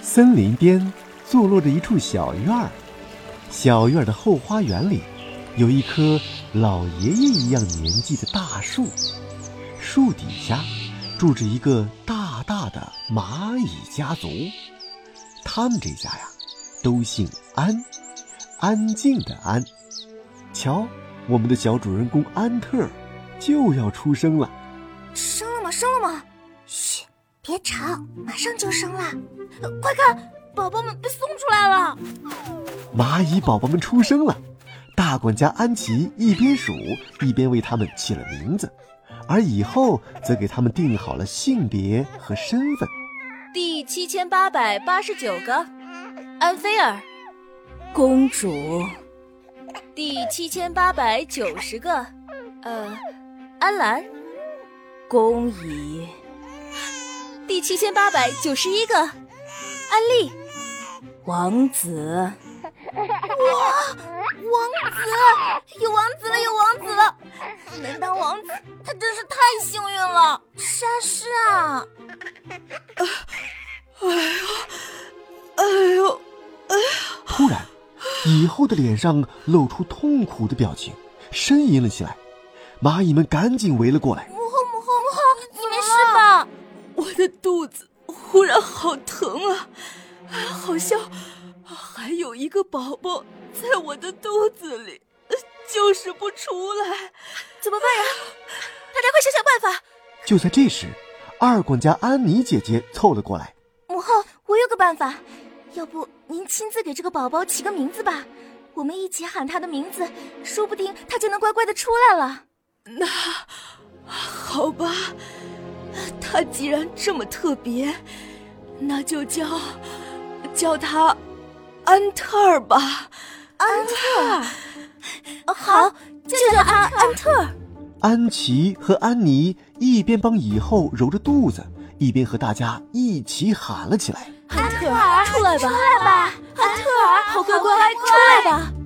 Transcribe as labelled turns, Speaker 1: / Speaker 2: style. Speaker 1: 森林边坐落着一处小院儿，小院儿的后花园里有一棵老爷爷一样年纪的大树，树底下住着一个大大的蚂蚁家族。他们这家呀，都姓安，安静的安。瞧，我们的小主人公安特儿就要出生了。
Speaker 2: 生了吗？生了吗？嘘，别吵，马上就生了。呃快看，宝宝们被送出来了。
Speaker 1: 蚂蚁宝宝们出生了，大管家安琪一边数一边为他们起了名字，而以后则给他们定好了性别和身份。
Speaker 3: 第七千八百八十九个，安菲尔，公主。第七千八百九十个，呃，安澜，公蚁。第七千八百九十一个，安利，王子。
Speaker 2: 王子，有王子了，有王子了！能当王子，他真是太幸运了。是啊，是啊。
Speaker 3: 哎
Speaker 1: 突然，蚁后的脸上露出痛苦的表情，呻吟了起来。蚂蚁们赶紧围了过来。
Speaker 2: 母后，母后，母后，你没事吧？
Speaker 3: 我的肚子忽然好疼啊，好像还有一个宝宝在我的肚子里，就是不出来，怎么办呀？大家快想想办法！
Speaker 1: 就在这时，二管家安妮姐姐凑了过来。
Speaker 2: 母后，我有个办法，要不您亲自给这个宝宝起个名字吧？我们一起喊他的名字，说不定他就能乖乖的出来了。
Speaker 3: 好吧，他既然这么特别，那就叫叫他安特儿吧。啊安特儿，
Speaker 2: 哦，好，就叫他安特儿。
Speaker 1: 安琪和安妮一边帮蚁后揉着肚子，一边和大家一起喊了起来。
Speaker 3: 安特儿，出来吧！
Speaker 2: 来吧，
Speaker 3: 安特儿，好乖乖，出来吧！